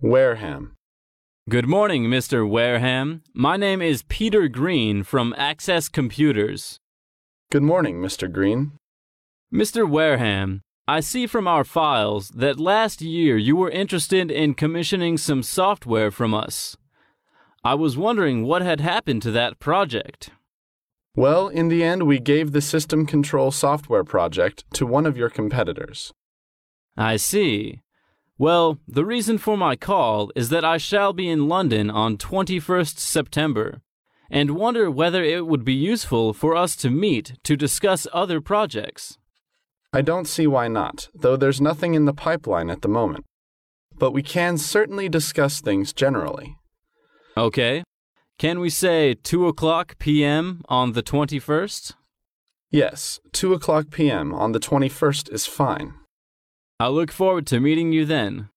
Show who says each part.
Speaker 1: Wareham.
Speaker 2: Good morning, Mr. Wareham. My name is Peter Green from Access Computers.
Speaker 1: Good morning, Mr. Green.
Speaker 2: Mr. Wareham, I see from our files that last year you were interested in commissioning some software from us. I was wondering what had happened to that project.
Speaker 1: Well, in the end, we gave the system control software project to one of your competitors.
Speaker 2: I see. Well, the reason for my call is that I shall be in London on 21st September and wonder whether it would be useful for us to meet to discuss other projects.
Speaker 1: I don't see why not, though there's nothing in the pipeline at the moment. But we can certainly discuss things generally.
Speaker 2: Okay. Can we say 2 o'clock p.m. on the 21st?
Speaker 1: Yes, 2 o'clock p.m. on the 21st is fine.
Speaker 2: I look forward to meeting you then.